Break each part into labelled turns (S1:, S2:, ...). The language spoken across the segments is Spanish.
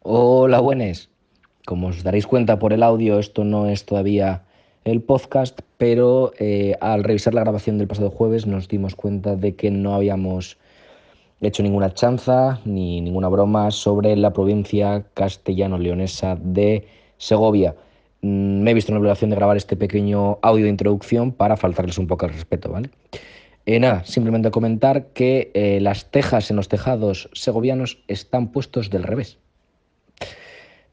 S1: Hola, buenas. Como os daréis cuenta por el audio, esto no es todavía el podcast, pero eh, al revisar la grabación del pasado jueves nos dimos cuenta de que no habíamos hecho ninguna chanza ni ninguna broma sobre la provincia castellano-leonesa de Segovia. Mm, Me he visto en la obligación de grabar este pequeño audio de introducción para faltarles un poco el respeto, ¿vale? Eh, nada, simplemente comentar que eh, las tejas en los tejados segovianos están puestos del revés.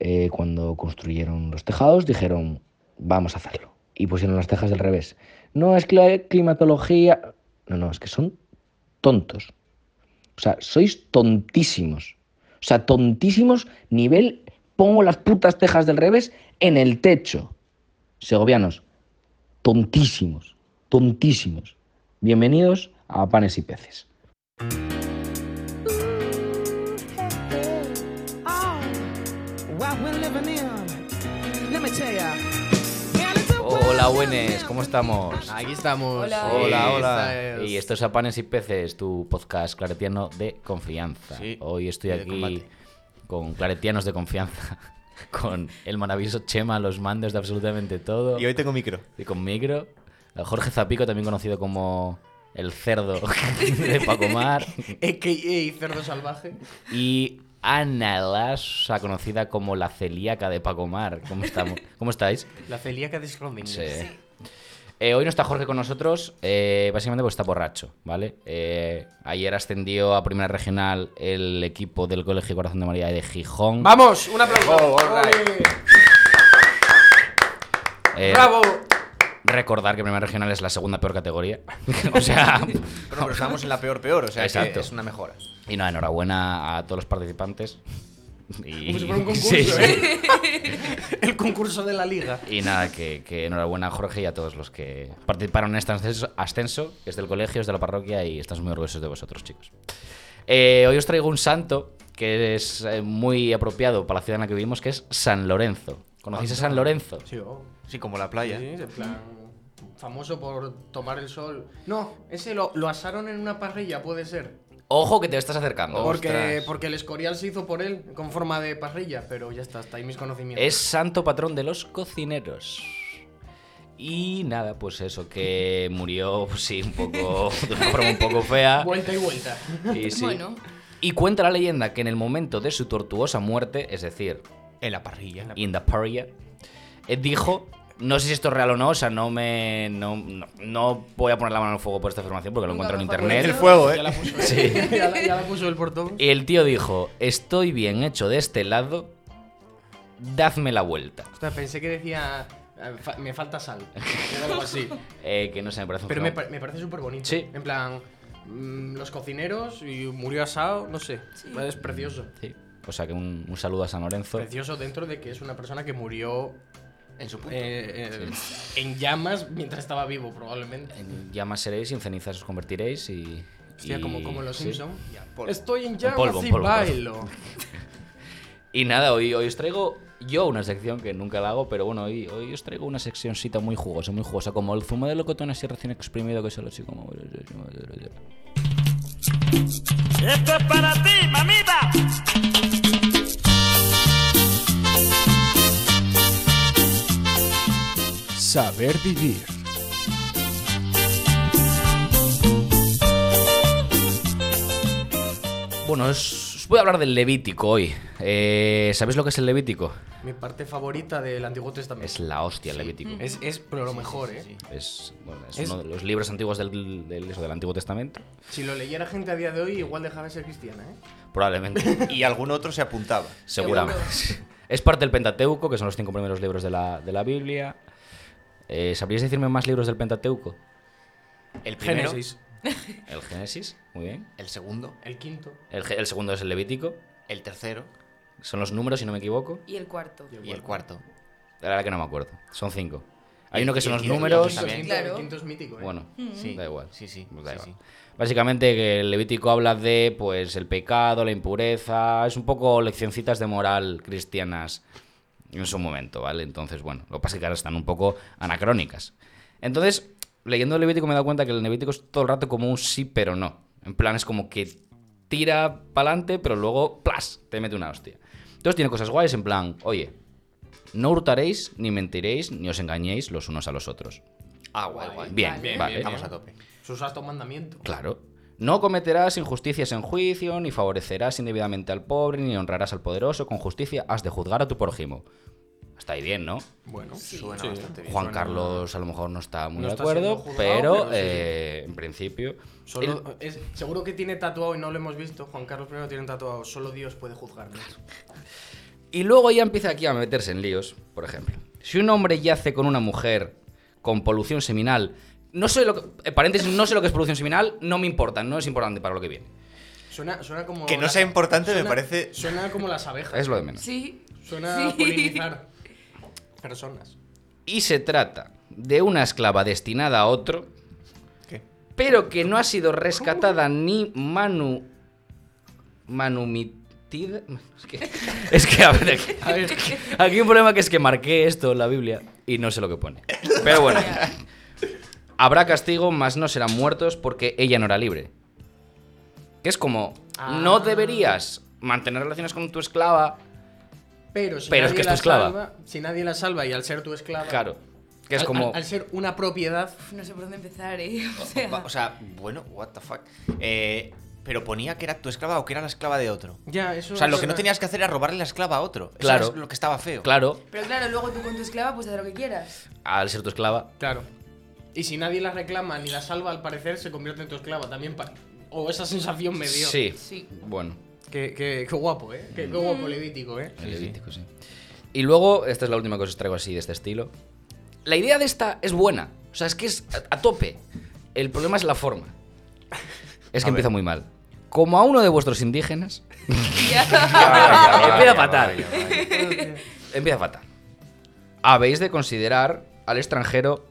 S1: Eh, cuando construyeron los tejados dijeron, vamos a hacerlo. Y pusieron las tejas del revés. No es cla- climatología. No, no, es que son tontos. O sea, sois tontísimos. O sea, tontísimos nivel pongo las putas tejas del revés en el techo. Segovianos, tontísimos, tontísimos. Bienvenidos a Panes y Peces.
S2: Oh, Let me tell ya.
S1: Hola, buenas, ¿cómo estamos?
S3: Aquí estamos.
S4: Hola.
S1: Hola,
S3: Eh,
S4: hola.
S3: esta es-
S1: Y esto es A Panes y Peces, tu podcast claretiano de confianza.
S3: Sí,
S1: Hoy estoy
S3: y de
S1: aquí
S3: combate.
S1: con claretianos de confianza, con el maravilloso Chema, a los mandos de absolutamente todo,
S4: Y hoy tengo micro.
S1: y con Micro, Jorge Zapico, también conocido como el cerdo de Pacomar,
S3: AKA cerdo salvaje.
S1: y Ana Lasa, conocida como la celíaca de Pacomar. ¿Cómo, estamos? ¿Cómo estáis?
S3: La celíaca de Schrödinger.
S1: Sí. Eh, hoy no está Jorge con nosotros, eh, básicamente porque está borracho, ¿vale? Eh, ayer ascendió a Primera Regional el equipo del Colegio Corazón de María de Gijón.
S3: Vamos, un aplauso.
S4: Oh, all right.
S3: Ole.
S1: Eh,
S3: Bravo.
S1: Recordar que Primera Regional es la segunda peor categoría. o sea,
S4: Bueno, pero estamos en la peor peor, o sea, que
S1: Exacto.
S4: es una mejora.
S1: y nada, enhorabuena a todos los participantes. Y,
S3: Como si fuera un concurso, ¿eh?
S1: Sí, sí.
S3: El concurso de la liga.
S1: Y nada, que, que enhorabuena a Jorge y a todos los que participaron en este ascenso, ascenso, que es del colegio, es de la parroquia y estamos muy orgullosos de vosotros, chicos. Eh, hoy os traigo un santo que es eh, muy apropiado para la ciudad en la que vivimos, que es San Lorenzo. ¿Conocéis a San Lorenzo?
S3: Sí, oh.
S4: Sí, como la playa.
S3: Sí, en plan, Famoso por tomar el sol. No, ese lo, lo asaron en una parrilla, puede ser.
S1: Ojo que te estás acercando.
S3: Porque,
S4: Ostras.
S3: porque el escorial se hizo por él con forma de parrilla, pero ya está, hasta ahí mis conocimientos.
S1: Es santo patrón de los cocineros. Y nada, pues eso, que murió, pues sí, un poco, de una forma un poco fea.
S3: Vuelta y vuelta.
S1: Y sí.
S4: Bueno.
S1: Y cuenta la leyenda que en el momento de su tortuosa muerte, es decir,
S4: En la parrilla.
S1: in the parrilla, eh, dijo, no sé si esto es real o no, o sea, no me no, no, no voy a poner la mano al fuego por esta afirmación porque lo
S4: Nunca
S1: encuentro en
S4: mejor
S1: internet.
S4: dicho. El fuego, ¿eh?
S3: Ya la puso, él.
S1: Sí.
S3: ya, la, ya la puso el portón.
S1: Y el tío dijo, estoy bien hecho de este lado, dadme la vuelta.
S3: Ostras, pensé que decía. eh, fa- me falta sal. o algo así.
S1: Eh, que no sé, me parece un
S3: Pero me,
S1: fenómeno.
S3: pa- me parece súper bonito.
S1: Sí.
S3: En plan. mm, los cocineros y murió asado, no sé. Es precioso.
S1: Sí. O sea, que un, un saludo a San Lorenzo.
S3: Precioso dentro de que es una persona que murió. En su En llamas mientras estaba vivo, probablemente.
S1: En llamas seréis y en cenizas os convertiréis y...
S3: Hostia,
S1: y-
S3: como, como en los
S1: sí.
S3: Simpson.
S4: Ya, polvo.
S3: Estoy en
S1: polvo,
S3: llamas
S1: en
S3: y
S1: polvo, en
S3: bailo.
S1: Y nada, hoy, hoy os traigo yo una sección que nunca la hago, pero bueno, hoy, hoy os traigo una seccioncita muy jugosa, muy jugosa, como el zumo de locotón así recién exprimido que solo así como...
S5: Esto es para ti, mamita.
S6: Saber vivir.
S1: Bueno, os, os voy a hablar del Levítico hoy. Eh, ¿Sabéis lo que es el Levítico?
S3: Mi parte favorita del Antiguo Testamento.
S1: Es la hostia el Levítico.
S3: Es, es, pero lo mejor, ¿eh?
S1: Es, bueno, es
S3: Es-
S1: uno de los libros antiguos del, del- eso, del Antiguo Testamento,
S3: Si lo leyera gente a día de hoy, igual dejaba de ser cristiana, ¿eh?
S1: probablemente,
S4: Y algún otro se apuntaba.
S1: seguramente. Es parte del Pentateuco, que son los cinco primeros libros de la, de la Biblia. Eh, ¿Sabríais decirme más libros del Pentateuco?
S4: El primero.
S3: Génesis.
S1: El Génesis, muy bien.
S4: El segundo.
S3: El quinto.
S1: El, ge- el segundo es el Levítico.
S4: El tercero.
S1: Son los números, si no me equivoco.
S4: Y el cuarto. Y el cuarto.
S1: La verdad que no me acuerdo. Son cinco. Hay
S4: Y-
S1: uno que
S4: y
S1: son los
S4: el quinto,
S1: números.
S4: el También.
S3: El quinto, el
S4: Claro.
S3: quinto es mítico, ¿eh?
S1: Bueno,
S4: Sí.
S1: da igual.
S4: Sí, sí,
S1: Pues Da
S4: sí,
S1: igual.
S4: sí.
S1: Básicamente que el Levítico habla de pues el pecado, la impureza. Es un poco leccioncitas de moral cristianas en su momento, ¿vale? Entonces, bueno, lo que pasa es que ahora están un poco anacrónicas. Entonces, leyendo el Levítico me he dado cuenta que el Levítico es todo el rato como un sí pero no. En plan, es como que tira para adelante, pero luego, ¡plas!, te mete una hostia. Entonces tiene cosas guays en plan, oye, no hurtaréis, ni mentiréis, ni os engañéis los unos a los otros.
S4: Ah, guay, guay.
S1: Bien,
S4: Vale,
S1: vale.
S4: Vamos a tope.
S3: Sus altos mandamientos.
S1: Claro. No cometerás injusticias en juicio, ni favorecerás indebidamente al pobre, ni honrarás al poderoso. Con justicia has de juzgar a tu prójimo. Hasta ahí bien, ¿no?
S3: Bueno,
S4: Suena
S3: sí.
S4: bastante bien.
S1: Juan
S3: suena-
S1: Carlos a lo mejor no está muy
S3: No
S1: de
S3: está
S1: acuerdo,
S3: siendo juzgado,
S1: pero,
S3: pero sí, sí.
S1: eh, en principio...
S3: Solo- es- seguro que tiene tatuado y no lo hemos visto. Juan Carlos I tiene tatuado. Solo Dios puede juzgarnos.
S1: Y luego ya empieza aquí a meterse en líos, por ejemplo. Si un hombre yace con una mujer con polución seminal, no sé lo que, eh, paréntesis, no sé lo que es polución seminal, no me importa, no es importante para lo que viene.
S3: Suena, suena como.
S4: Que no
S3: la-
S4: sea importante me
S3: suena-
S4: parece-
S3: Suena como las abejas.
S1: Es lo de menos.
S7: Sí.
S3: Suena a
S7: Sí.
S3: polinizar personas.
S1: Y se trata de una esclava destinada a otro,
S4: ¿Qué?
S1: pero que no ha sido rescatada ni manu manumitida. Es que, es que, a ver, aquí, a ver, aquí hay un problema que es que marqué esto en la Biblia y no sé lo que pone. Pero bueno, habrá castigo, mas no serán muertos porque ella no era libre. Que es como, no
S3: Ah.
S1: deberías mantener relaciones con tu esclava,
S3: Pero si
S1: Pero es
S3: nadie
S1: que es tu
S3: la
S1: esclava.
S3: salva, si nadie la salva y al ser tu esclava.
S1: claro. Que es
S3: al-
S1: como...
S3: al, al ser una propiedad.
S7: pues No sé por dónde empezar, ¿eh? O sea,
S4: Va- O sea, bueno, what the fuck. Eh, pero ponía que era tu esclava o que era la esclava de otro.
S3: Ya, eso.
S4: O sea, lo
S3: es
S4: que no
S3: verdad.
S4: tenías que hacer era robarle la esclava a otro. Eso
S1: Claro.
S4: es lo que estaba feo.
S1: Claro,
S7: Pero claro, luego tú con tu esclava pues haz lo que quieras.
S1: al ser tu esclava,
S3: Claro. Y si nadie la reclama ni la salva, al parecer se convierte en tu esclava. También. pa- O esa sensación me dio.
S1: Sí.
S7: Sí.
S1: Bueno,
S3: Qué, qué- qué guapo, ¿eh? Qué, qué guapo levítico, ¿eh?
S1: el Levítico, sí. Y luego, esta es la última que os traigo así de este estilo. La idea de esta es buena. O sea, es que es a, a tope. El problema es la forma. Es que
S4: A
S1: empieza
S4: ver.
S1: muy mal. Como a uno de vuestros indígenas.
S4: Vaya,
S7: Ah,
S1: empieza fatal.
S4: vaya, vaya.
S1: Empieza fatal. Habéis de considerar al extranjero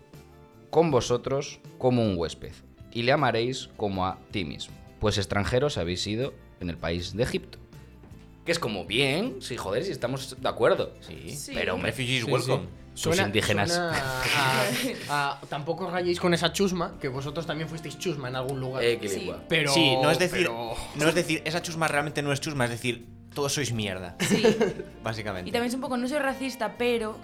S1: con vosotros como un huésped. Y le amaréis como a ti mismo. Pues extranjeros habéis sido en el país de Egipto. Que es como bien, sí, joder, si estamos de acuerdo. Sí,
S7: Sí.
S1: pero hombre,
S4: Refugees welcome.
S1: Sus indígenas.
S3: suena a- a- a- tampoco os rayéis con esa chusma, que vosotros también fuisteis chusma en algún lugar.
S1: Eh, qué lengua.
S3: Pero.
S4: sí, no es decir,
S3: pero-
S4: no es decir, esa chusma realmente no es chusma, es decir, todos sois mierda,
S7: Sí.
S4: básicamente.
S7: Y también es un poco, no soy racista, pero.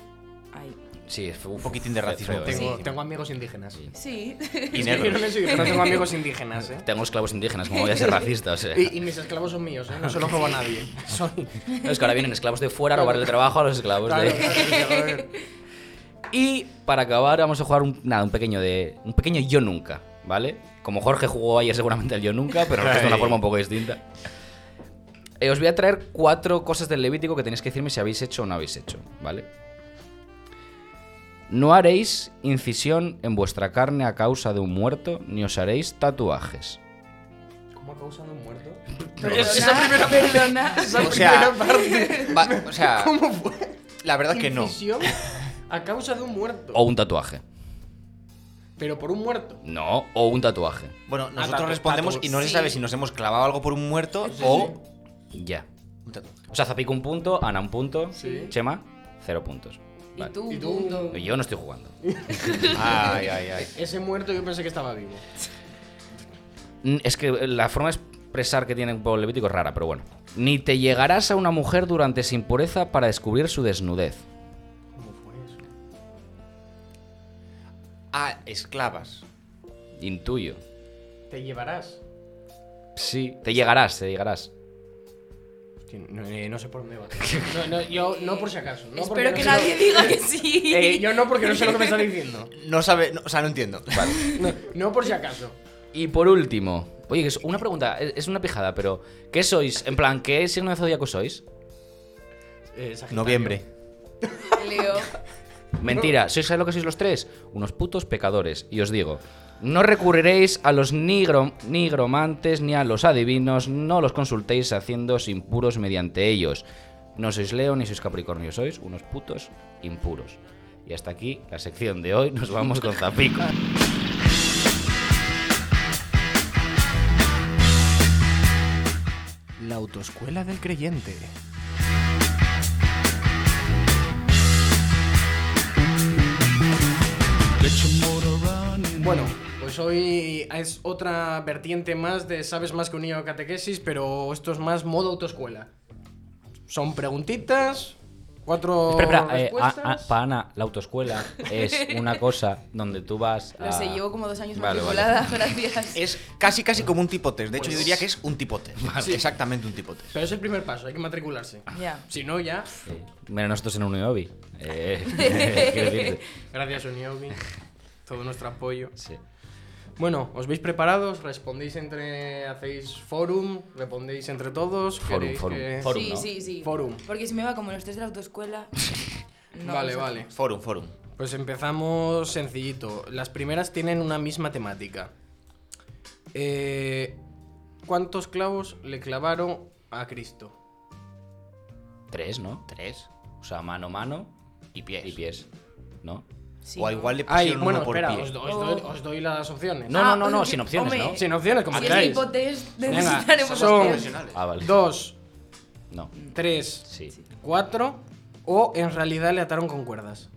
S7: Ay.
S1: Sí, fue un
S4: poquitín de racismo.
S1: feo, eh.
S3: Tengo,
S7: Sí.
S3: tengo amigos indígenas.
S7: Sí.
S4: Y
S3: Es que
S4: negros.
S3: vieron eso y dijeron, tengo amigos indígenas, ¿eh?
S1: Tengo esclavos indígenas, como voy a ser racista, o sea.
S3: Y, y mis esclavos son míos, ¿eh? No se los robo a nadie. Son...
S1: No, es que ahora vienen esclavos de fuera a robarle el trabajo a los esclavos
S3: Claro,
S1: de.
S3: claro, claro.
S1: Y para acabar vamos a jugar un, nada, un pequeño de un pequeño yo nunca, ¿vale? Como Jorge jugó ayer seguramente al yo nunca, pero nosotros de una forma un poco distinta. Eh, os voy a traer cuatro cosas del Levítico que tenéis que decirme si habéis hecho o no habéis hecho, ¿vale? No haréis incisión en vuestra carne a causa de un muerto, ni os haréis tatuajes.
S3: ¿Cómo ha causado un muerto?
S7: Perdona, perdona.
S4: O sea, va- o sea, La verdad Ah, que no.
S3: Incisión A causa de un muerto.
S1: O un tatuaje.
S3: Pero por un muerto.
S1: No, o un tatuaje.
S3: Ah,
S4: Bueno, nosotros
S3: tatu-
S4: respondemos
S3: tatu-
S4: y no se
S7: sí.
S4: sabe si nos hemos clavado algo por un muerto o
S1: Ya.
S4: un tatuaje.
S1: O sea, Zapico un punto, Ana un punto,
S3: Sí.
S1: Chema, cero puntos. Vale.
S7: Y tú,
S3: Y tú.
S7: punto.
S1: Yo no estoy jugando.
S4: Ay, ay, ay.
S3: Ese muerto yo pensé que estaba vivo.
S1: Mm, Es que la forma de expresar que tiene un pueblo levítico es rara, pero bueno. Ni te llegarás a una mujer durante su impureza para descubrir su desnudez.
S3: ¿Cómo fue eso?
S4: Ah, esclavas.
S1: Intuyo.
S3: Te llevarás.
S1: Sí. Te llegarás, te llegarás.
S3: Hostia, No, eh, no sé por dónde va. No, no, yo no por si acaso. no porque
S7: Espero
S3: no
S7: que
S3: sé lo-
S7: nadie diga que sí.
S3: Eh, yo no porque no sé lo que me está diciendo.
S4: No sabe, no- o sea, no entiendo.
S3: No, no por si acaso.
S1: Y por último. Oye, que es una pregunta, es es una pijada, pero ¿qué sois? En plan, ¿qué signo de zodíaco sois?
S3: Eh, Sagitario.
S4: Noviembre.
S7: Leo.
S1: Mentira, ¿sois sabéis lo que sois los tres? Unos putos pecadores. Y os digo, no recurriréis a los nigro- nigromantes ni a los adivinos, no los consultéis haciéndoos impuros mediante ellos. No sois Leo ni sois Capricornio, sois unos putos impuros. Y hasta aquí la sección de hoy, nos vamos con Zapico.
S3: La autoescuela del creyente. Bueno, pues hoy es otra vertiente más de Sabes más que un niño de catequesis, pero esto es más modo autoescuela. Son preguntitas, cuatro
S1: Espera, espera, eh, a- a-
S3: respuestas.
S1: para Ana, la autoescuela es una cosa donde tú vas a...
S7: Lo sé, llevo como dos años
S1: Ah. Vale, vale.
S7: matriculada, gracias.
S4: Es casi, casi como un tipo test. De hecho,
S3: Pues-
S4: yo diría que es un tipo test. Exactamente un tipo test.
S3: Pero es el primer paso, hay que matricularse.
S7: Ya.
S3: Si no, ya.
S1: Mira, nosotros en un IOBI. Eh, quiero decirte.
S3: Gracias, Uniobi. Todo nuestro apoyo.
S1: Sí.
S3: Bueno, ¿os veis preparados? ¿Respondéis entre. hacéis forum? ¿Respondéis entre todos?
S1: Forum,
S3: ¿Queréis
S1: forum.
S3: que-
S1: Forum,
S7: sí,
S1: ¿no?
S7: sí, sí.
S3: Forum.
S7: Porque si me va como los tres de la autoescuela. no,
S3: vale,
S7: no sé.
S3: vale.
S4: Forum, forum.
S3: Pues empezamos sencillito. Las primeras tienen una misma temática. Eh, ¿Cuántos clavos le clavaron a Cristo?
S1: Tres, ¿no? Tres. O sea, mano, mano
S4: Y pies.
S1: y pies. ¿No?
S7: Sí,
S4: o
S7: ¿no?
S4: igual le
S3: Ay,
S4: pusieron
S3: bueno,
S4: uno por
S3: espera,
S4: pie.
S3: os, do- os doy,
S7: Oh.
S3: os doy las opciones.
S1: No, no, no, no,
S7: hombre,
S1: sin opciones,
S7: hombre,
S1: no.
S3: Ah, Sin opciones, como
S7: Si es el
S3: queráis.
S7: hipotest,
S3: Venga,
S7: necesitaremos
S3: son-
S7: opciones.
S1: Ah, vale.
S3: Dos,
S1: No.
S3: tres,
S1: Sí.
S3: cuatro. O en realidad le ataron con cuerdas.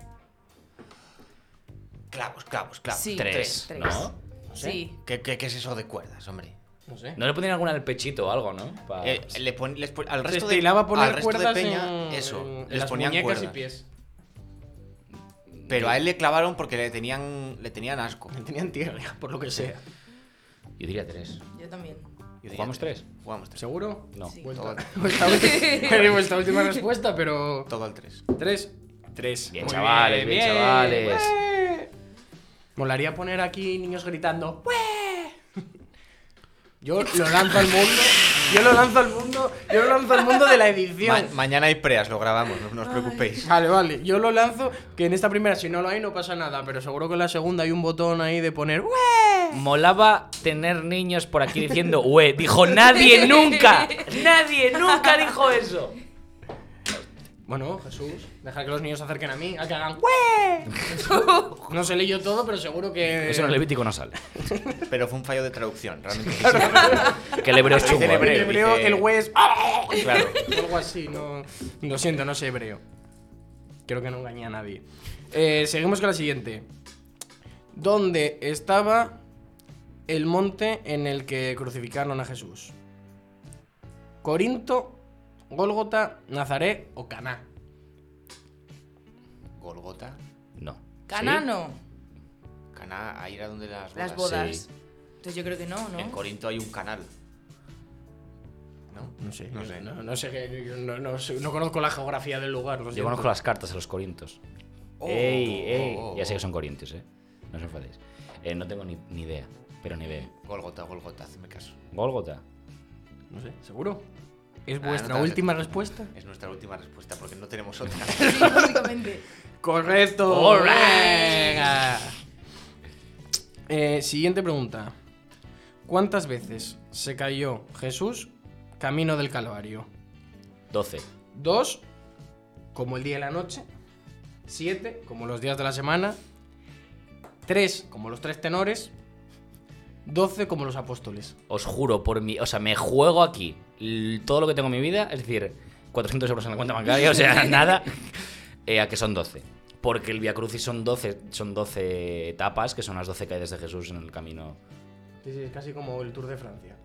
S4: Clavos, clavos, clavos.
S7: Sí,
S1: Tres,
S7: tres.
S1: ¿no?
S7: Sí.
S4: ¿Qué, qué, qué es eso de cuerdas, hombre?
S3: No sé.
S1: No le ponían alguna en el pechito o algo, ¿no? Pa-
S4: Eh, le pon- les pon- al
S3: Ah, pues Se
S4: resto
S3: estilaba
S4: de,
S3: poner
S4: al resto de
S3: cuerdas
S4: peña,
S3: en-
S4: eso,
S3: en
S4: les
S3: las
S4: ponían
S3: muñecas
S4: cuerdas.
S3: y pies.
S4: Pero a él le clavaron porque le tenían, le tenían asco.
S3: Le tenían tierra, por lo que sea.
S1: Yo diría tres.
S7: Yo también.
S4: Yo diría
S1: ¿Jugamos tres?
S4: Jugamos tres.
S3: ¿Seguro?
S1: No.
S7: Sí.
S3: Vuelta, vuelta, última, vuelta última respuesta, pero...
S4: Todo al tres.
S3: Tres. Tres.
S1: Bien, chavales, bien, chavales.
S3: ¡Ué! Molaría poner aquí niños gritando. ¡Ué! Yo lo lanzo al mundo. Yo lo lanzo al mundo. Yo lo lanzo al mundo de la edición.
S4: Ma- mañana hay preas, lo grabamos, no, no os preocupéis.
S3: Vale, vale. Yo lo lanzo. Que en esta primera, si no lo hay, no pasa nada. Pero seguro que en la segunda hay un botón ahí de poner. ¡Ué!
S1: Molaba tener niños por aquí diciendo, ¡Ue! Dijo nadie nunca. Nadie nunca dijo eso.
S3: Bueno, Jesús, dejar que los niños se acerquen a mí, a que hagan ¡Ué! No se leyó todo, pero seguro que.
S1: Eso en el Levítico no sale.
S4: Pero fue un fallo de traducción, realmente.
S1: Que el hebreo es chungo.
S4: Dice en
S1: ¿eh?
S3: En
S4: hebreo,
S3: hebreo,
S4: dice-
S3: el güey es.
S4: Claro.
S3: O algo así, no. Lo siento, no sé hebreo. Creo que no engañé a nadie. Eh, seguimos con la siguiente. ¿Dónde estaba el monte en el que crucificaron a Jesús? ¿Corinto, Gólgota, Nazaret o Caná?
S4: Golgota,
S1: No.
S7: Canano.
S4: Caná, ahí era donde las bodas.
S7: Las bodas.
S1: sí.
S7: Entonces yo creo que no, ¿no?
S4: En Corinto hay un canal. ¿No?
S1: Mm.
S3: No sé,
S4: No sé.
S3: No, no sé, qué- yo no, no sé- no conozco la geografía del lugar. lo
S1: Yo
S3: siento.
S1: conozco las cartas a los corintios.
S4: Oh,
S1: ey, ey.
S4: oh, oh,
S1: ya sé que
S4: oh.
S1: son corintios, eh. No os enfadéis. Eh, no tengo ni, ni idea, pero ni idea.
S4: Golgota, Golgota, hazme caso.
S1: Gólgota.
S3: No sé, ¿seguro? ¿Es
S4: Ah,
S3: vuestra
S4: no te-
S3: última respuesta?
S4: Es nuestra última respuesta porque no tenemos otra.
S7: Sí, básicamente.
S3: Correcto.
S1: All right.
S3: Venga. Eh, siguiente pregunta. ¿Cuántas veces se cayó Jesús camino del Calvario?
S1: 12.
S3: ¿Dos? Como el día y la noche. ¿Siete? Como los días de la semana. ¿Tres? Como los tres tenores. ¿Doce? Como los apóstoles.
S1: Os juro por mi. O sea, me juego aquí l- todo lo que tengo en mi vida, es decir, 400 euros en la cuenta bancaria, o sea, nada, eh, a que son 12. Porque el Via Crucis son 12, son 12 etapas, que son las 12 caídas de Jesús en el camino.
S3: Sí, sí, es casi como el Tour de Francia.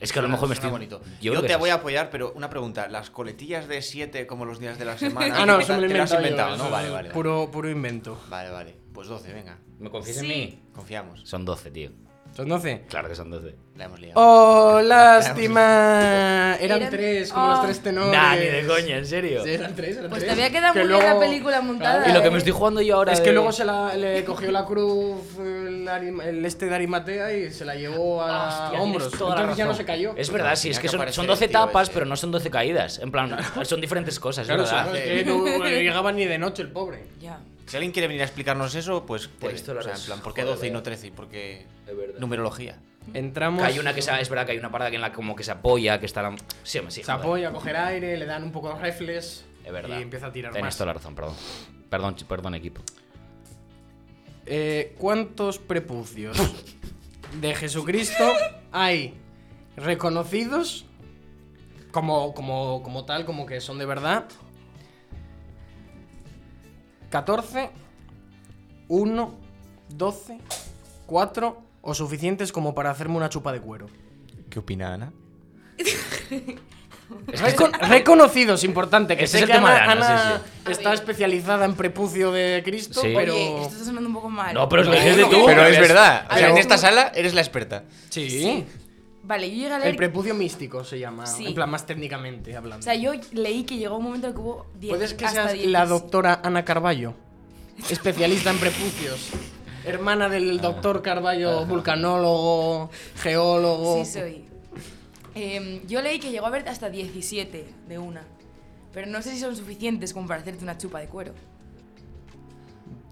S1: Es que a lo mejor me
S4: Suena
S1: estoy.
S4: bonito.
S1: Yo,
S4: Yo,
S1: creo que
S4: te
S1: es
S4: voy a
S1: eso.
S4: apoyar, pero una pregunta. Las coletillas de 7 como los días de la semana.
S3: Ah, no,
S4: ¿qué
S3: eso
S4: tal?
S3: me lo he
S4: Te las has
S3: inventado. yo,
S4: inventado,
S3: eso
S4: ¿no?
S3: es
S4: Vale, vale. Vale,
S3: Puro, puro invento.
S4: vale. vale. Pues 12, venga.
S1: ¿Me confías en
S7: Sí.
S1: mí?
S4: Confiamos.
S1: Son 12, tío.
S3: ¿Son doce?
S1: Claro que son 12.
S4: La hemos liado.
S3: ¡Oh, lástima! Eran
S7: Eran-
S3: tres, como
S7: Oh.
S3: los tres tenores.
S1: Nah, ni de coña, en serio.
S3: Sí, eran tres, eran
S7: Pues te
S3: tres.
S7: había quedado
S3: Que
S7: muy bien
S3: luego-
S7: la película montada.
S3: Claro.
S1: Y lo que me
S7: ¿eh?
S1: estoy jugando yo ahora.
S3: Es que
S1: de-
S3: luego se la, le cogió la cruz el, Ari- el este de Arimatea y se la llevó
S7: Ah,
S3: a
S1: Hostia, tienes
S3: Ah, hombros.
S1: toda la
S3: Entonces ya no
S1: razón.
S3: se cayó.
S1: Es verdad, sí,
S4: Tenía
S1: es que
S4: que
S1: son,
S4: aparecer
S1: son
S4: el
S1: 12
S4: tío
S1: etapas,
S4: ese.
S1: pero no son 12 caídas. En plan, son diferentes cosas,
S3: eh. Claro,
S1: es
S3: sí,
S1: verdad. eh.
S3: no, es que no llegaba ni de noche el pobre.
S7: Ya.
S4: Si alguien quiere venir a explicarnos eso, pues. puede.
S1: esto lo
S4: O sea, en
S1: harás.
S4: plan, ¿por qué
S1: Joder,
S4: 12 y
S1: de
S4: no
S1: verdad.
S4: 13? ¿Y por qué
S1: De verdad.
S4: numerología?
S3: Entramos.
S1: Que hay una que se- es verdad que hay una parada que en la como que se apoya, que está la... Sí, hombre, sí.
S3: Se
S1: joder.
S3: apoya a coger aire, le dan un poco de rifles.
S1: Es verdad.
S3: Y empieza a tirar
S1: Tenéis
S3: más.
S1: toda la razón, perdón. Perdón, ch- perdón, equipo.
S3: Eh, ¿Cuántos prepucios de Jesucristo hay reconocidos como, como, como tal, como que son de verdad? 14, 1, 12, 4 o suficientes como para hacerme una chupa de cuero.
S4: ¿Qué opina Ana?
S3: Recon- reconocidos, importante. Que
S4: Ese es
S3: sé
S4: el
S3: que
S4: tema de
S3: este- Ana,
S4: Ana,
S3: Ana
S4: sí,
S3: está especializada en prepucio de Cristo,
S1: Sí.
S3: pero...
S7: Oye, esto está sonando un poco mal.
S1: No, pero es
S3: No,
S1: lo dijiste
S3: no,
S1: tú.
S4: Pero es verdad. O
S7: Pero-
S4: sea, en esta sala eres la experta.
S3: Sí.
S7: Vale, yo llegué a
S3: El
S7: leer...
S3: prepucio místico se llama,
S7: Sí.
S3: en plan más técnicamente hablando.
S7: O sea, yo leí que llegó un momento en que hubo 10
S3: ¿Puedes que
S7: hasta
S3: seas
S7: 10.
S3: la doctora Ana Carballo? Especialista en prepucios. Hermana del doctor Carballo, vulcanólogo, geólogo.
S7: Sí, soy. Em, yo leí que llegó a haber hasta 17 de una. Pero no sé si son suficientes como para hacerte una chupa de cuero.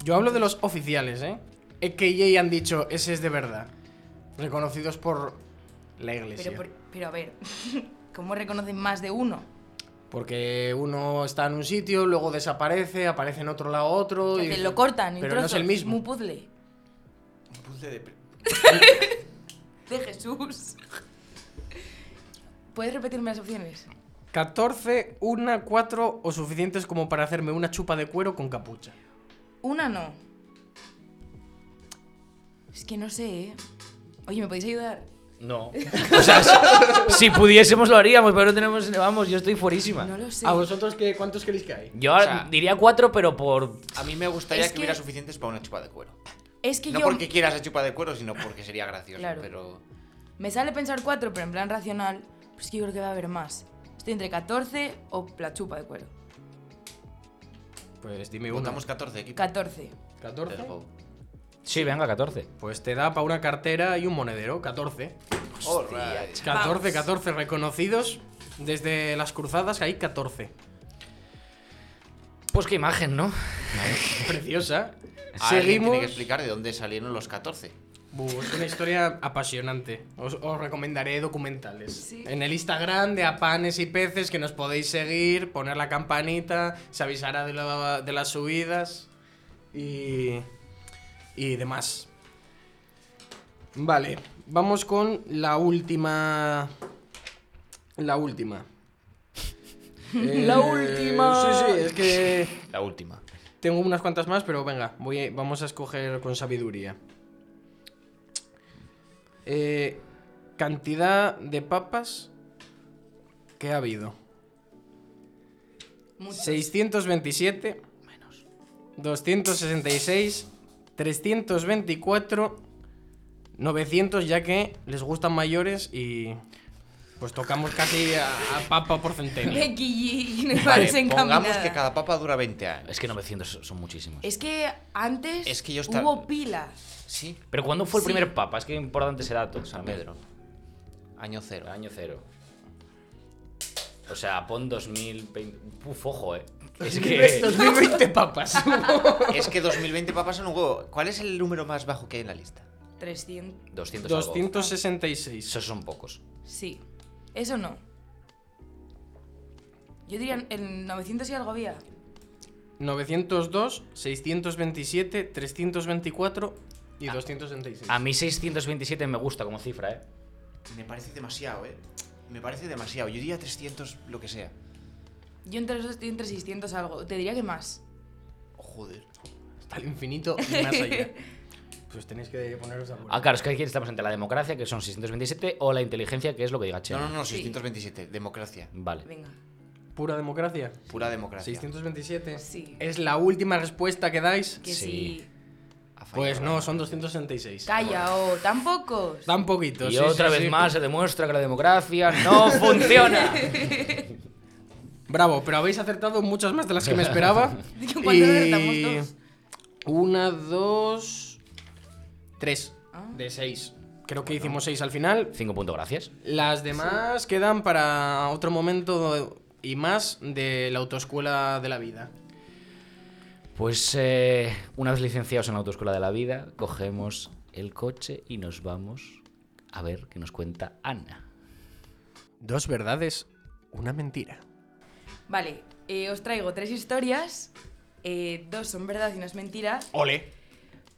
S3: Yo hablo de los oficiales, ¿eh? EKJ han dicho, ese es de verdad. Reconocidos por la iglesia.
S7: Pero, por- pero a ver, ¿cómo reconocen más de uno?
S3: Porque uno está en un sitio, luego desaparece, aparece en otro lado otro.
S7: Que
S3: y-
S7: te lo cortan en
S3: Pero no es
S7: trozos,
S3: el mismo.
S7: un puzzle. De Jesús. ¿Puedes repetirme las opciones?
S3: 14, una, cuatro o suficientes como para hacerme una chupa de cuero con capucha.
S7: Una no. Es que no sé, ¿eh? Oye, ¿me podéis ayudar?
S4: No.
S1: O sea, si- si pudiésemos lo haríamos, pero no tenemos. Vamos, yo estoy fuerísima.
S7: No lo sé.
S3: ¿A vosotros qué, cuántos creéis que hay?
S1: Yo
S4: O sea-
S1: diría cuatro, pero por.
S4: A mí me gustaría
S7: Es
S4: que,
S7: que-
S4: hubiera suficientes para una chupa de cuero.
S7: Es que
S4: No
S7: yo
S4: porque quieras la chupa de cuero, sino porque sería gracioso.
S7: Claro.
S4: Pero.
S7: me sale pensar cuatro, pero en plan racional, pues que yo creo que va a haber más. Estoy entre 14 o la chupa de cuero.
S3: Pues dime uno.
S4: Votamos 14 equipos.
S7: 14.
S3: 14.
S1: Sí, venga, 14.
S3: Pues te da para una cartera y un monedero, 14.
S4: Hostia.
S3: 14,
S7: Vamos.
S3: 14 reconocidos desde las cruzadas, hay 14.
S1: Pues qué imagen, ¿no?
S3: Preciosa.
S4: Seguimos.
S3: Seguimos.
S4: Tiene que explicar de dónde salieron los 14.
S3: Bu, es una historia apasionante. Os, os recomendaré documentales.
S7: Sí.
S3: En el Instagram de Apanes y Peces, que nos podéis seguir, poner la campanita, se avisará de, la- de las subidas y, y demás. Vale, vamos con la última. La última. Eh,
S7: La última.
S3: Sí, sí, es que
S4: La última.
S3: tengo unas cuantas más, pero venga, voy, vamos a escoger con sabiduría. Eh, cantidad de papas que ha habido.
S7: Muchas.
S3: 627 266 324 900 ya que les gustan mayores y pues tocamos casi a, a papa por centeno.
S7: Becky G, me
S4: Vale,
S7: parece
S4: pongamos
S7: encaminada.
S4: que cada papa dura 20 años.
S1: Es que 900 son
S3: Eh,
S1: muchísimos.
S7: Es que antes
S4: Es que yo estaba-
S7: hubo pila.
S4: Sí.
S1: Pero ¿cuándo fue el
S7: Sí.
S1: primer papa? Es que importante ese dato.
S4: San
S1: también.
S4: Pedro. Año cero.
S1: Año cero. O sea, pon 2020. Uf, ojo, eh. Es que.
S3: 2020 papas.
S4: Es que 2020 papas son un huevo. ¿Cuál es el número más bajo que hay en la lista?
S7: 300.
S1: 200. algo.
S3: 266.
S1: Esos son pocos.
S7: Sí. Eso no. Yo diría el 900 y algo había.
S3: 902, 627, 324 y
S1: Ah.
S3: 266.
S1: A mí 627 me gusta como cifra, eh.
S4: Me parece demasiado, ¿eh? Me parece demasiado. Yo diría 300, lo que sea.
S7: Yo entre los dos estoy entre 600 algo. Te diría que más.
S4: Joder.
S3: Hasta el infinito y más allá. Pues tenéis que poneros de acuerdo.
S1: Ah, claro, es que aquí estamos entre la democracia, que son 627, o la inteligencia, que es lo que diga Che.
S4: No, no, no, 627. Democracia.
S1: Vale.
S7: Venga.
S3: Pura democracia.
S4: Pura democracia.
S3: 627.
S7: Sí.
S3: ¿Es la última respuesta que dais?
S7: Que
S1: Sí.
S7: sí.
S4: Ha fallado.
S3: Pues no, son 266.
S7: Calla, o tan pocos.
S3: Dan poquitos.
S1: Y
S3: sí,
S1: otra
S3: sí,
S1: vez
S3: sí.
S1: más se demuestra que la democracia no funciona.
S3: Bravo, pero habéis acertado muchas más de las que me esperaba.
S7: ¿Cuántas acertamos? Dos.
S3: Una, dos. Tres.
S7: Ah.
S3: De seis. Creo que hicimos seis al final,
S1: Cinco puntos, gracias.
S3: Las demás quedan para otro momento y más de la autoescuela de la vida.
S1: Pues eh, una vez licenciados en la autoescuela de la vida, cogemos el coche y nos vamos a ver qué nos cuenta Ana.
S3: Dos verdades, una mentira.
S7: Vale, eh, os traigo tres historias. Eh, dos son verdad y una es mentira.
S3: Ole.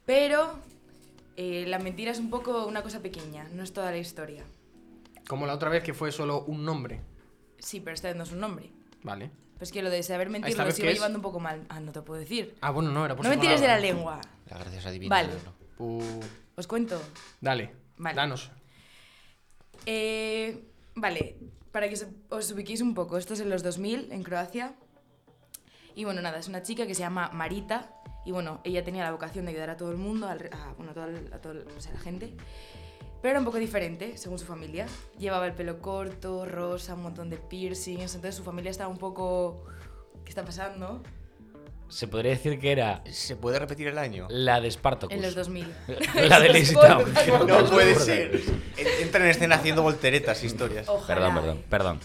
S7: Pero eh, la mentira es un poco una cosa pequeña. No es toda la historia.
S3: Como la otra vez que fue solo un nombre.
S7: Sí, pero esta vez no es un nombre.
S3: Vale.
S7: Pues que lo de saber mentir
S3: ¿Esta
S7: lo
S3: vez
S7: sigo
S3: qué es?
S7: llevando un poco mal. Ah, no te puedo decir.
S3: Ah, bueno, no, era por
S7: No me tires de la
S3: ley.
S7: lengua.
S4: La gracia es adivina.
S7: Vale.
S4: pero no.
S7: Os cuento.
S3: dale.
S7: Vale.
S3: Danos.
S7: Eh, vale, para que os- os ubiquéis un poco, esto es en los 2000, en Croacia. Y bueno, nada, es una chica que se llama Marita. Y bueno, ella tenía la vocación de ayudar a todo el mundo, al re- a, bueno, a toda, el- a todo el- o sea, a la gente. Pero era un poco diferente, según su familia. Llevaba el pelo corto, rosa, un montón de piercings. Entonces su familia estaba un poco... ¿Qué está pasando?
S1: Se podría decir que era
S4: ¿Se puede repetir el año?
S1: la de Spartacus.
S7: En los 2000.
S1: La de Lazy Town.
S4: No puede ser. En- Entra en escena haciendo volteretas, historias.
S7: Ojalá.
S1: Perdón, perdón, perdón.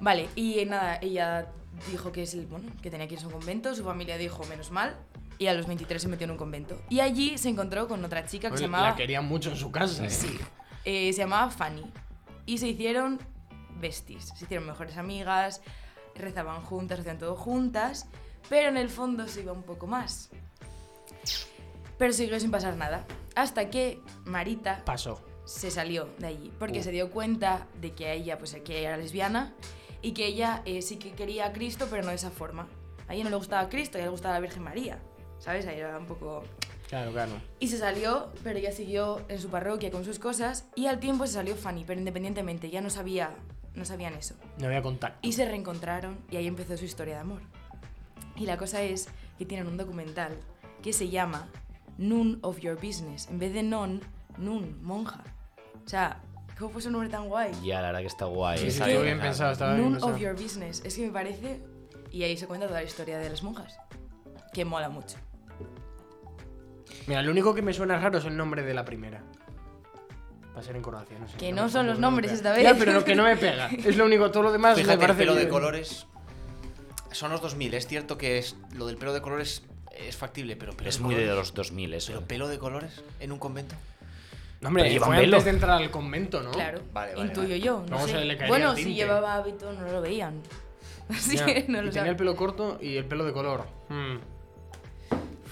S7: Vale, y eh, nada, ella dijo que, es el, bueno, que tenía que irse a un convento, su familia dijo menos mal, y a los 23 se metió en un convento. Y allí se encontró con otra chica que
S3: Pues
S7: se
S3: La
S7: llamaba,
S3: querían mucho en su casa.
S7: eh, se llamaba Fanny. Y se hicieron besties, se hicieron mejores amigas, rezaban juntas, hacían todo juntas, pero en el fondo se iba un poco más. Pero siguió sin pasar nada, hasta que Marita
S3: Pasó.
S7: se salió de allí porque se dio cuenta de que ella pues que era lesbiana y que ella eh, sí que quería a Cristo pero no de esa forma a ella no le gustaba Cristo a ella le gustaba la Virgen María sabes ahí era un poco
S3: Claro, claro.
S7: y se salió pero ella siguió en su parroquia con sus cosas y al tiempo se salió Fanny pero independientemente ya no sabía no sabían eso
S3: No había contacto.
S7: y se reencontraron y ahí empezó su historia de amor. Y la cosa es que tienen un documental que se llama Nun of Your Business. En vez de non, nun, monja. O sea, ¿cómo fue un nombre tan guay?
S1: Ya, la verdad que está guay. ¿eh?
S3: Sí, sí,
S1: esa
S3: estaba
S1: idea.
S3: bien pensado, estaba bien
S7: Nun
S3: pensado.
S7: of Your Business. Es que me parece... Y ahí se cuenta toda la historia de las monjas. Que mola mucho.
S3: Mira, lo único que me suena raro es el nombre de la primera. Va a ser en Croacia, no sé.
S7: Que
S3: me-
S7: no son los
S3: me
S7: nombres
S3: pega.
S7: esta vez.
S3: Ya, pero lo que no me pega. Es lo único, todo lo demás me
S4: Fíjate, el
S3: parece
S4: pelo de
S3: bien.
S4: colores. Son los 2000. Es cierto que es, lo del pelo de colores es factible, pero pelo
S1: Es
S4: de
S1: muy de
S4: colores-
S1: los 2000 eso.
S4: Pero pelo de colores en un convento.
S3: No, hombre,
S1: Pero llevan
S3: fue
S1: velo.
S3: antes de entrar al convento, ¿no?
S7: Claro,
S4: Vale, vale,
S7: intuyo
S4: vale.
S7: yo. No
S3: Vamos
S7: sé.
S3: a ver, le caería
S7: bueno,
S3: el
S7: si
S3: tinte.
S7: llevaba hábito no lo veían. Así
S3: Ya,
S7: que no
S3: y tenía
S7: lo
S3: el
S7: saben.
S3: pelo corto y el pelo de color. Mm.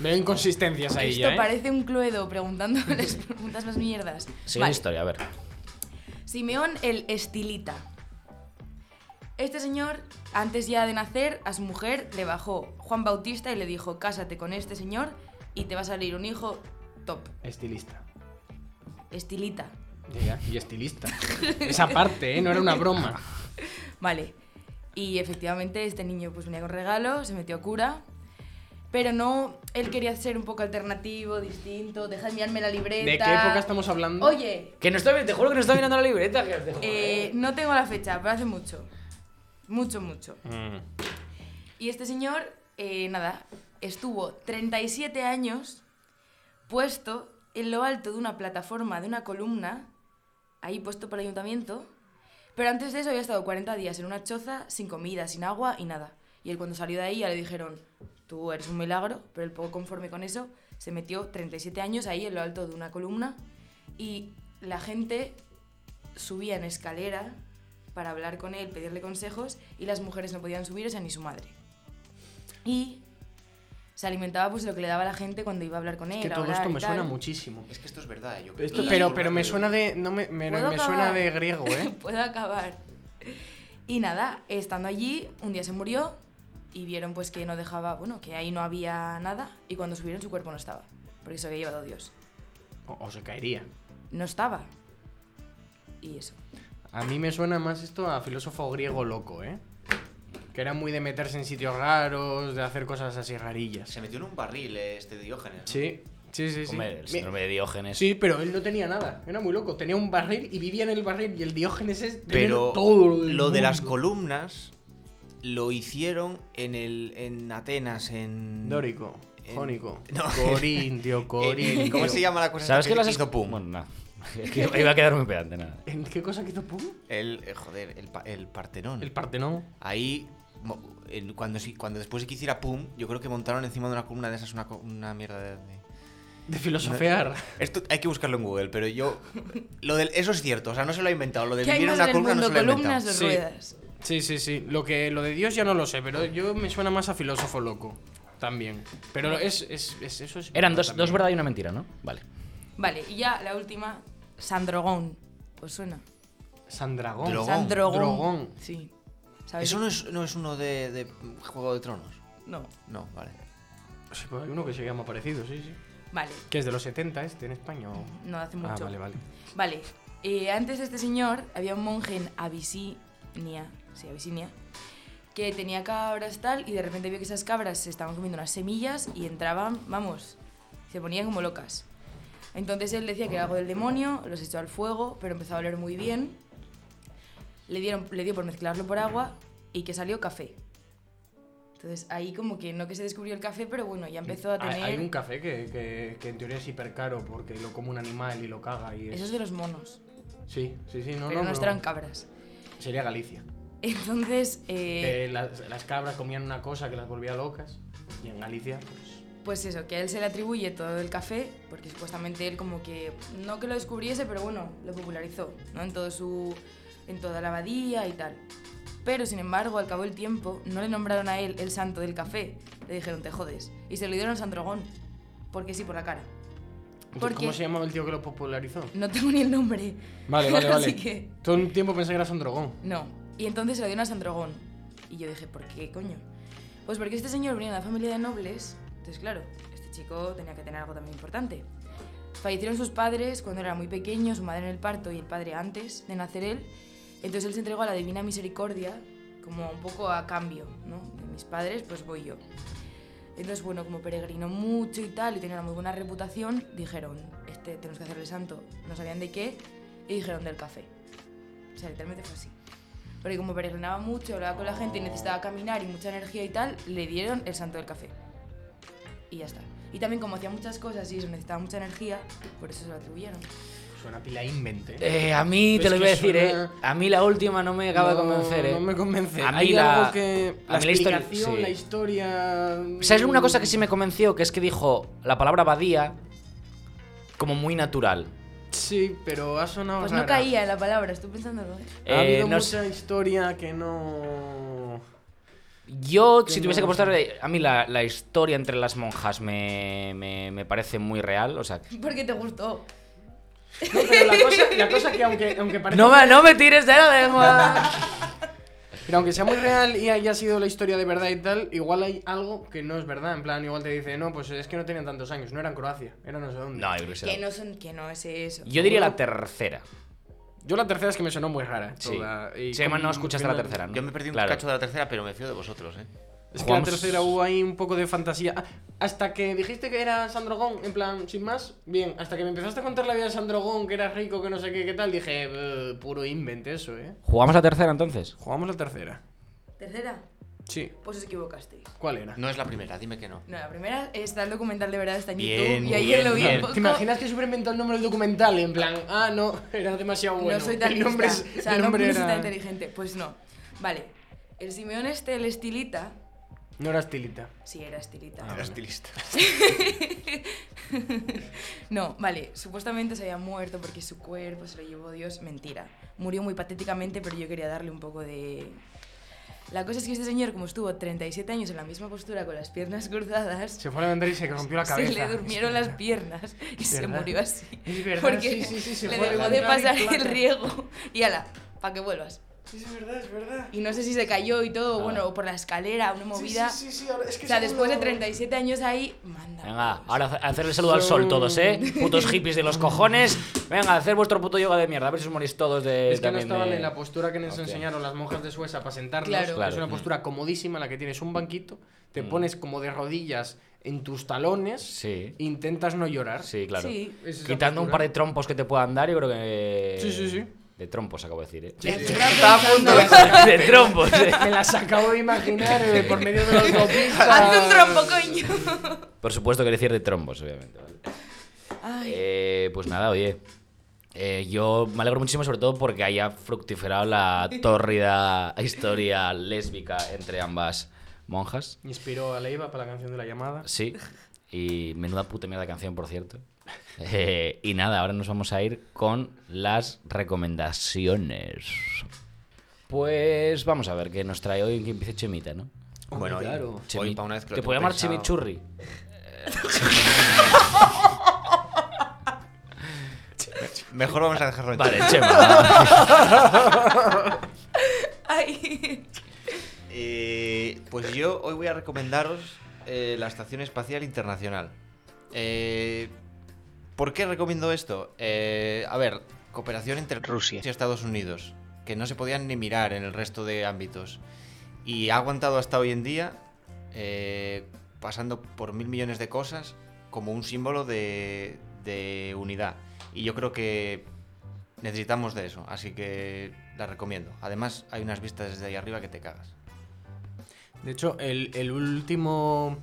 S3: Veo inconsistencias ahí
S7: Esto
S3: ya, ¿eh?
S7: parece un cluedo preguntándoles preguntas más mierdas.
S1: Sigue la
S7: Vale.
S1: historia, a ver.
S7: Simeón el Estilita. Este señor, antes ya de nacer, a su mujer le bajó Juan Bautista y le dijo, cásate con este señor y te va a salir un hijo top,
S3: Estilista.
S7: Estilita.
S3: Ya, ya, Y estilista. Esa parte, ¿eh? No era una broma.
S7: Vale. Y efectivamente este niño pues venía con regalo, se metió a cura, pero no, él quería ser un poco alternativo, distinto, deja de mirarme la libreta.
S3: ¿De qué época estamos hablando?
S7: Oye,
S1: Que no está, te juro que no está mirando la libreta.
S7: eh, no tengo la fecha, pero hace mucho. Mucho, mucho.
S3: Mm.
S7: Y este señor, eh, nada, estuvo 37 años puesto en lo alto de una plataforma, de una columna, ahí puesto por el ayuntamiento, pero antes de eso había estado 40 días en una choza, sin comida, sin agua y nada. Y él cuando salió de ahí ya le dijeron, tú eres un milagro, pero él poco conforme con eso, se metió 37 años ahí en lo alto de una columna y la gente subía en escalera para hablar con él, pedirle consejos, y las mujeres no podían subir, o sea, ni su madre. Y se alimentaba pues de lo que le daba la gente cuando iba a hablar con él.
S3: Que
S7: a
S3: todo
S7: hablar
S3: esto
S7: y
S3: me
S7: tal.
S3: suena muchísimo.
S4: Es que esto es verdad, ¿eh? yo creo.
S3: Esto-
S7: Y-
S3: pero, pero me suena de. No me, me-
S7: ¿Puedo
S3: me suena
S7: acabar?
S3: de griego, ¿eh?
S7: Puedo acabar. Y nada, estando allí, un día se murió y vieron pues que no dejaba, bueno, que ahí no había nada y cuando subieron su cuerpo no estaba, porque se había llevado Dios.
S3: O, o se caería.
S7: No estaba. Y eso.
S3: A mí me suena más esto a filósofo griego loco, ¿eh? Que era muy de meterse en sitios raros, de hacer cosas así rarillas.
S4: Se metió en un barril eh, este Diógenes. ¿no?
S3: Sí, sí, sí. sí.
S1: Hombre, el
S3: Mi-
S1: síndrome de Diógenes.
S3: Sí, pero él no tenía nada. Era muy loco. Tenía un barril y vivía en el barril. Y el Diógenes es tenía
S4: Pero
S3: todo lo, del
S4: lo de las
S3: mundo.
S4: columnas lo hicieron en el en Atenas, en.
S3: Dórico, jónico,
S4: No.
S3: corintio,
S4: en- en-
S3: corintio.
S4: ¿Cómo se llama la cosa?
S1: ¿Sabes
S4: esta
S1: que las
S4: hizo Pum?
S1: Bueno, no. Es que iba a quedarme pedante, nada.
S3: ¿En qué cosa quitó Pum?
S4: El, eh, joder, el, pa- el Partenón.
S3: El Partenón.
S4: Ahí, mo- el- cuando, sí- cuando después de que hiciera pum, yo creo que montaron encima de una columna de esas una, co- una mierda de, de-
S3: De filosofear.
S4: Esto hay que buscarlo en Google, pero yo... Lo del, eso es cierto, o sea, no se lo ha inventado. Lo de
S7: ¿Qué hay
S4: vivir en una
S7: más del
S4: columna no
S7: mundo?
S4: se lo ha
S7: Columnas
S4: inventado.
S7: de
S3: Sí.
S7: ruedas.
S3: Sí, sí, sí. Lo, que, lo de Dios ya no lo sé, pero yo me suena más a filósofo loco. También. Pero es, es, es- eso es.
S1: Eran dos,
S3: también.
S1: dos verdad y una mentira, ¿no? Vale.
S7: Vale, y ya la última, Sandrogón. ¿Os suena?
S3: Sandragón.
S4: Drogón.
S7: Sandrogón.
S3: Drogón.
S7: Sí. ¿Sabes?
S4: Eso no es, no es uno de, de Juego de Tronos.
S7: No.
S4: No, vale.
S3: Sí, pues hay uno que se llama parecido, sí, sí.
S7: Vale,
S3: Que es de los 70 este en España. o-
S7: no hace mucho.
S3: Ah, vale, vale.
S7: Vale, eh, antes de este señor había un monje en Abisí, Nia, sí, Abisinia, que tenía cabras tal y de repente vio que esas cabras se estaban comiendo unas semillas y entraban, vamos, se ponían como locas. Entonces él decía que era algo del demonio, los echó al fuego, pero empezó a oler muy bien. Le, dieron, le dio por mezclarlo por agua y que salió café. Entonces ahí como que no que se descubrió el café, pero bueno, ya empezó a
S3: Hay-
S7: tener...
S3: Hay un café que, que- que en teoría es hiper caro porque lo come un animal y lo caga y es...
S7: Eso es de los monos,
S3: Sí, sí, sí, no,
S7: pero
S3: no,
S7: no
S3: no.
S7: eran cabras.
S3: Sería Galicia.
S7: Entonces, eh,
S3: Que las, las cabras comían una cosa que las volvía locas y en Galicia, pues...
S7: pues eso, que a él se le atribuye todo el café, porque supuestamente él como que, no que lo descubriese, pero bueno, lo popularizó, ¿no? En, todo su, en toda la abadía y tal. Pero, sin embargo, al cabo del tiempo, no le nombraron a él el santo del café, le dijeron, te jodes, y se lo dieron a San Dragón, porque sí, por la cara.
S3: Entonces,
S7: Porque-
S3: ¿Cómo se llamaba el tío que lo popularizó?
S7: No tengo ni el nombre.
S3: Vale, vale, vale.
S7: Así que...
S3: Todo el tiempo pensé que era Sandrogón.
S7: No. Y entonces se lo dieron a Sandragón. Y yo dije, ¿por qué coño? Pues porque este señor venía de una familia de nobles. Entonces, claro, este chico tenía que tener algo también importante. Fallecieron sus padres cuando era muy pequeño, su madre en el parto y el padre antes de nacer él. Entonces él se entregó a la divina misericordia, como un poco a cambio, ¿no? De mis padres, pues voy yo. Entonces, bueno, como peregrinó mucho y tal, y tenía una muy buena reputación, dijeron, este, tenemos que hacerle santo. No sabían de qué, y dijeron del café. O sea, literalmente fue así. Porque como peregrinaba mucho, hablaba con la gente y necesitaba caminar y mucha energía y tal, le dieron el santo del café. Y ya está. Y también como hacía muchas cosas y eso necesitaba mucha energía, por eso se lo atribuyeron.
S3: Suena pila invente.
S1: Eh, a mí te
S3: Es
S1: lo
S3: que
S1: voy a decir,
S3: suena-
S1: eh. A mí la última no me acaba de convencer, eh.
S3: No me convence.
S1: A mí
S3: Hay
S1: la-
S3: algo que...
S1: a
S3: la
S1: mí la historia-
S3: explicación,
S1: sí.
S3: la historia... mm,
S1: ¿Sabes una cosa que sí me convenció? Que es que dijo la palabra abadía como muy natural.
S3: Sí, pero ha sonado
S7: Pues no
S3: rara.
S7: caía en la palabra, estoy pensándolo. ¿eh?
S3: Ha habido
S1: Eh, no sé-
S3: mucha historia que no...
S1: Yo,
S3: Que
S1: si tuviese
S3: no-
S1: que apostar, eh, a mí la, la historia entre las monjas me, me- me parece muy real. O sea,
S7: Porque te gustó.
S3: No, pero la cosa, la cosa que aunque, aunque parezca-
S1: no me, no me tires de la lengua.
S3: Pero aunque sea muy real y haya sido la historia de verdad y tal, igual hay algo que no es verdad. En plan, igual te dice, no, pues es que no tenían tantos años, no eran Croacia, era no sé dónde.
S1: No, yo creo que
S7: Que
S1: será.
S7: no, son, que no es eso.
S1: Yo diría la tercera.
S3: Yo la tercera es que me sonó muy rara.
S1: Sí.
S3: toda, y
S1: Se llama
S3: como
S1: No escuchaste la
S3: final-
S1: tercera, ¿no?
S4: Yo me perdí un
S1: Claro.
S4: cacho de la tercera, pero me fío de vosotros, ¿eh?
S3: Es
S1: Jugamos-
S3: que la tercera hubo ahí un poco de fantasía. Ah, Hasta que dijiste que era Sandrogón, en plan, sin más, bien. Hasta que me empezaste a contar la vida de Sandrogón, que era rico, que no sé qué, qué tal, dije, "Eh, puro invent eso, ¿eh?
S1: ¿Jugamos la tercera entonces?
S3: Jugamos la tercera.
S7: ¿Tercera?
S3: Sí.
S7: Pues os equivocasteis.
S3: ¿Cuál era?
S4: No es la primera, dime que no.
S7: No, la primera está el documental de verdad, está en
S4: Bien,
S7: YouTube. Y ayer
S4: bien,
S7: lo vi
S4: bien.
S7: un poco.
S3: ¿Te imaginas que superinventó el nombre del documental? En plan, ah, no, era demasiado bueno.
S7: no soy tan
S3: el nombre
S7: lista.
S3: es-
S7: o sea,
S3: el
S7: no,
S3: nombre
S7: no soy tan
S3: era...
S7: inteligente. Pues no. Vale. El Simeón este, el estilita.
S3: No era estilita.
S7: Sí, era estilita.
S3: Ah,
S4: Era estilista.
S7: No, vale. Supuestamente se había muerto porque su cuerpo se lo llevó Dios. Mentira. Murió muy patéticamente, pero yo quería darle un poco de. La cosa es que este señor, como estuvo 37 años en la misma postura con las piernas cruzadas,
S3: Se fue a vender y se rompió la cabeza.
S7: Se le durmieron las piernas y se
S3: ¿Verdad?
S7: murió así.
S3: Es verdad, sí,
S7: porque
S3: sí, sí, se
S7: le
S3: fue a
S7: dejó de
S3: levantar y
S7: pasar el
S3: placa.
S7: riego y ala, para que vuelvas.
S3: Es verdad, es verdad.
S7: Y no sé si se cayó y todo, bueno, o por la escalera, una movida.
S3: Sí, sí, sí, sí, ahora- es que
S7: o sea,
S3: según
S7: después de
S3: lo-
S7: 37 años ahí, manda.
S1: Venga, ahora hace- hacerle saludo al sol todos, ¿eh? Putos hippies de los cojones. Venga, hacer vuestro puto yoga de mierda. A ver si os morís todos de...
S3: Es que no
S1: también
S3: estaban
S1: de-
S3: en la postura que nos
S1: Ok.
S3: enseñaron las monjas de Suecia para sentarnos.
S7: Claro.
S3: que Es
S1: Claro. Mm.
S3: una postura comodísima en la que tienes un banquito, te pones como de rodillas en tus talones,
S1: Sí.
S3: e intentas no llorar.
S1: Sí, claro.
S7: Sí.
S3: Es esa
S1: Quitando un
S3: postura.
S1: par de trompos que te puedan dar, yo creo que...
S3: Sí, sí, sí.
S1: De trompos, acabo de decir, ¿eh?
S3: Estaba a punto de-
S1: de trompos, eh.
S3: Me las acabo de imaginar eh, por medio de la autopista.
S7: Hazte un trompo, coño.
S1: Por supuesto que decir de trombos, obviamente. ¿vale?
S7: Ay,
S1: Eh, pues nada, oye. eh, yo me alegro muchísimo, sobre todo porque haya fructiferado la tórrida historia lésbica entre ambas monjas.
S3: Inspiró a Leiva para la canción de la llamada.
S1: Sí. Y menuda puta mierda de canción, por cierto. Eh, y nada, ahora nos vamos a ir con las recomendaciones. Pues vamos a ver qué nos trae hoy, que empiece Chemita, ¿no?
S4: Bueno, hoy-
S3: claro.
S4: hoy,
S1: Chemi-
S4: pa' una vez que lo
S1: ¿Te
S4: tengo
S1: puedo llamar
S4: pensado.
S1: Chimichurri?
S4: Mejor vamos a dejarlo en
S1: Vale,
S4: Chemi.
S1: Chema.
S7: ay.
S4: Eh, pues yo hoy voy a recomendaros eh, la Estación Espacial Internacional. Eh, ¿Por qué recomiendo esto? Eh, a ver, cooperación entre Rusia y Estados Unidos. que no se podían ni mirar en el resto de ámbitos. Y ha aguantado hasta hoy en día, eh, pasando por mil millones de cosas, como un símbolo de, de unidad. Y yo creo que necesitamos de eso, así que la recomiendo. Además, hay unas vistas desde ahí arriba que te cagas.
S3: De hecho, el, el último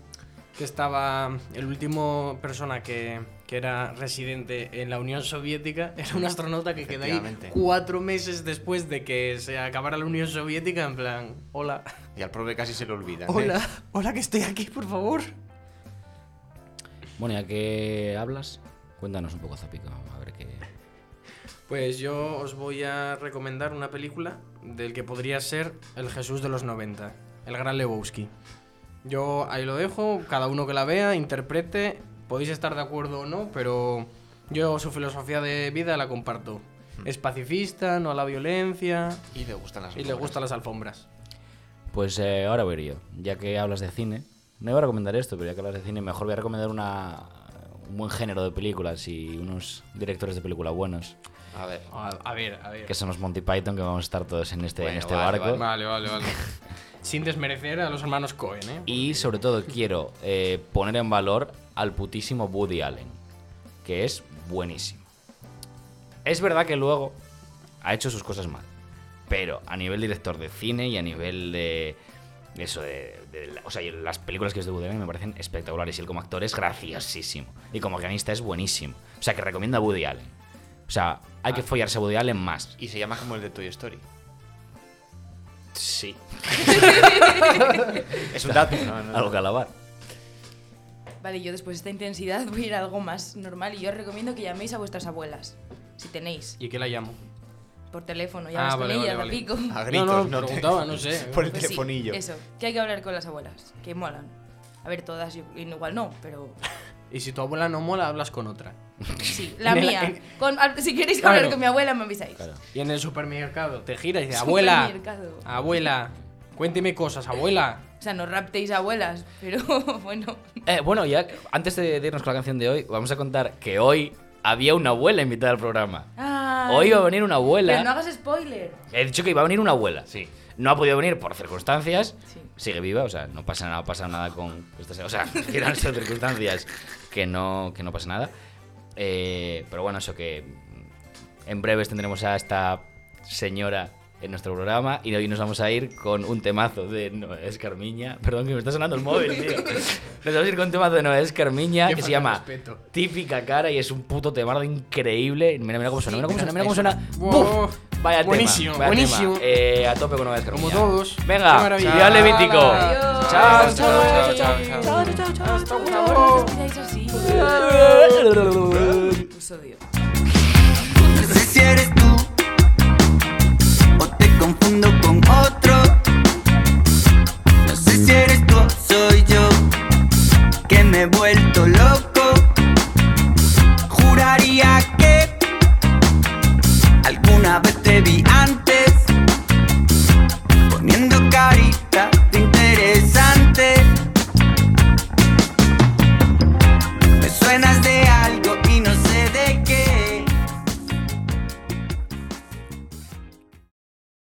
S3: que estaba. El último persona que, que era residente en la Unión Soviética era un astronauta que quedó ahí
S4: Efectivamente.
S3: cuatro meses después de que se acabara la Unión Soviética. En plan, hola,
S4: Y al pobre casi se lo olvida. ¿eh?
S3: hola, hola, que estoy aquí, por favor.
S1: Bueno, ya que hablas, cuéntanos un poco, Zapico. A ver qué.
S3: Pues yo os voy a recomendar una película del que podría ser el Jesús de los 90, el gran Lebowski. Yo ahí lo dejo, cada uno que la vea, interprete, podéis estar de acuerdo o no, pero yo su filosofía de vida la comparto. Es pacifista, no a la violencia
S4: Y le gustan las
S3: y le
S4: alfombras.
S3: gustan las alfombras.
S1: Pues eh, ahora voy yo. Ya que hablas de cine, no iba a recomendar esto, pero ya que hablas de cine, mejor voy a recomendar una, un buen género de películas y unos directores de película buenos,
S4: A ver.
S3: A, a ver, a ver.
S1: que son los Monty Python, que vamos a estar todos en este, en
S4: Bueno,
S1: este
S4: vale,
S1: barco.
S3: Vale, vale, vale. Sin desmerecer a los hermanos Cohen, ¿eh?
S1: Y sobre todo quiero eh, poner en valor al putísimo Woody Allen, que es buenísimo. Es verdad que luego ha hecho sus cosas mal, pero a nivel director de cine y a nivel de... de Eso de, de la- O sea, y las películas que es de Woody Allen me parecen espectaculares y él como actor es graciosísimo. Y como guionista es buenísimo. O sea, que recomiendo a Woody Allen. O sea, hay que follarse a Woody Allen más.
S4: Y se llama como el de Toy Story.
S1: Sí.
S4: Es un dato. No, no, no.
S1: Algo que alabar.
S7: Vale, yo después de esta intensidad voy a ir a algo más normal y yo os recomiendo que llaméis a vuestras abuelas, si tenéis,
S3: ¿Y qué la llamo?
S7: por teléfono,
S3: Ah,
S7: ya con
S3: vale,
S7: ellas,
S3: vale,
S7: Zapico.
S4: A
S3: No,
S4: gritos.
S3: no,
S4: te-
S3: preguntaba, no sé.
S4: Por el
S7: Pues sí,
S4: telefonillo.
S7: eso, que hay que hablar con las abuelas, que molan. A ver, todas, yo- igual no, pero
S3: Y si tu abuela no mola, hablas con otra.
S7: sí, la
S3: En el-
S7: mía.
S3: en-
S7: Con- al- si queréis
S3: Claro.
S7: hablar con mi abuela, me avisáis.
S3: Y en el supermercado te giras y dices, abuela,
S7: Supermercado.
S3: abuela, cuénteme cosas, abuela.
S7: O sea, no raptéis abuelas, pero bueno.
S1: Eh, bueno, ya antes de de irnos con la canción de hoy, vamos a contar que hoy había una abuela invitada al programa.
S7: Ay,
S1: Hoy iba a venir una
S7: Pero no
S1: abuela.
S7: hagas spoiler.
S1: He dicho que iba a venir una abuela. Sí. No ha podido venir por circunstancias.
S7: Sí.
S1: Sigue viva, o sea, no pasa nada, pasa nada con. estas- O sea, eran esas circunstancias que no, que no pasa nada. Eh, pero bueno, eso que mm, en breves tendremos a esta señora en nuestro programa y hoy nos vamos a ir con un temazo de Noé Carmiña. Perdón que me está sonando el móvil, tío. Nos vamos a ir con un temazo de Noé Carmiña
S3: Qué
S1: que se
S3: falta de
S1: llama
S3: respeto.
S1: Típica Cara y es un puto temardo increíble. Mira, mira cómo suena, mira cómo suena, mira cómo suena.
S3: Wow.
S1: ¡Buf! Vaya
S3: Buenísimo,
S1: tema, vaya
S3: buenísimo.
S1: tema. Eh, a tope con Noé Carmiña.
S3: Como todos. Qué
S1: Venga,
S3: maravilla.
S1: ideal levítico.
S3: Adiós.
S1: Chao, chao, chao, chao.
S3: Chao, chao,
S7: Chao, chao, chao, chao. Por favor, no os despidáis así. Os odio.
S8: No sé si eres tú o te confundo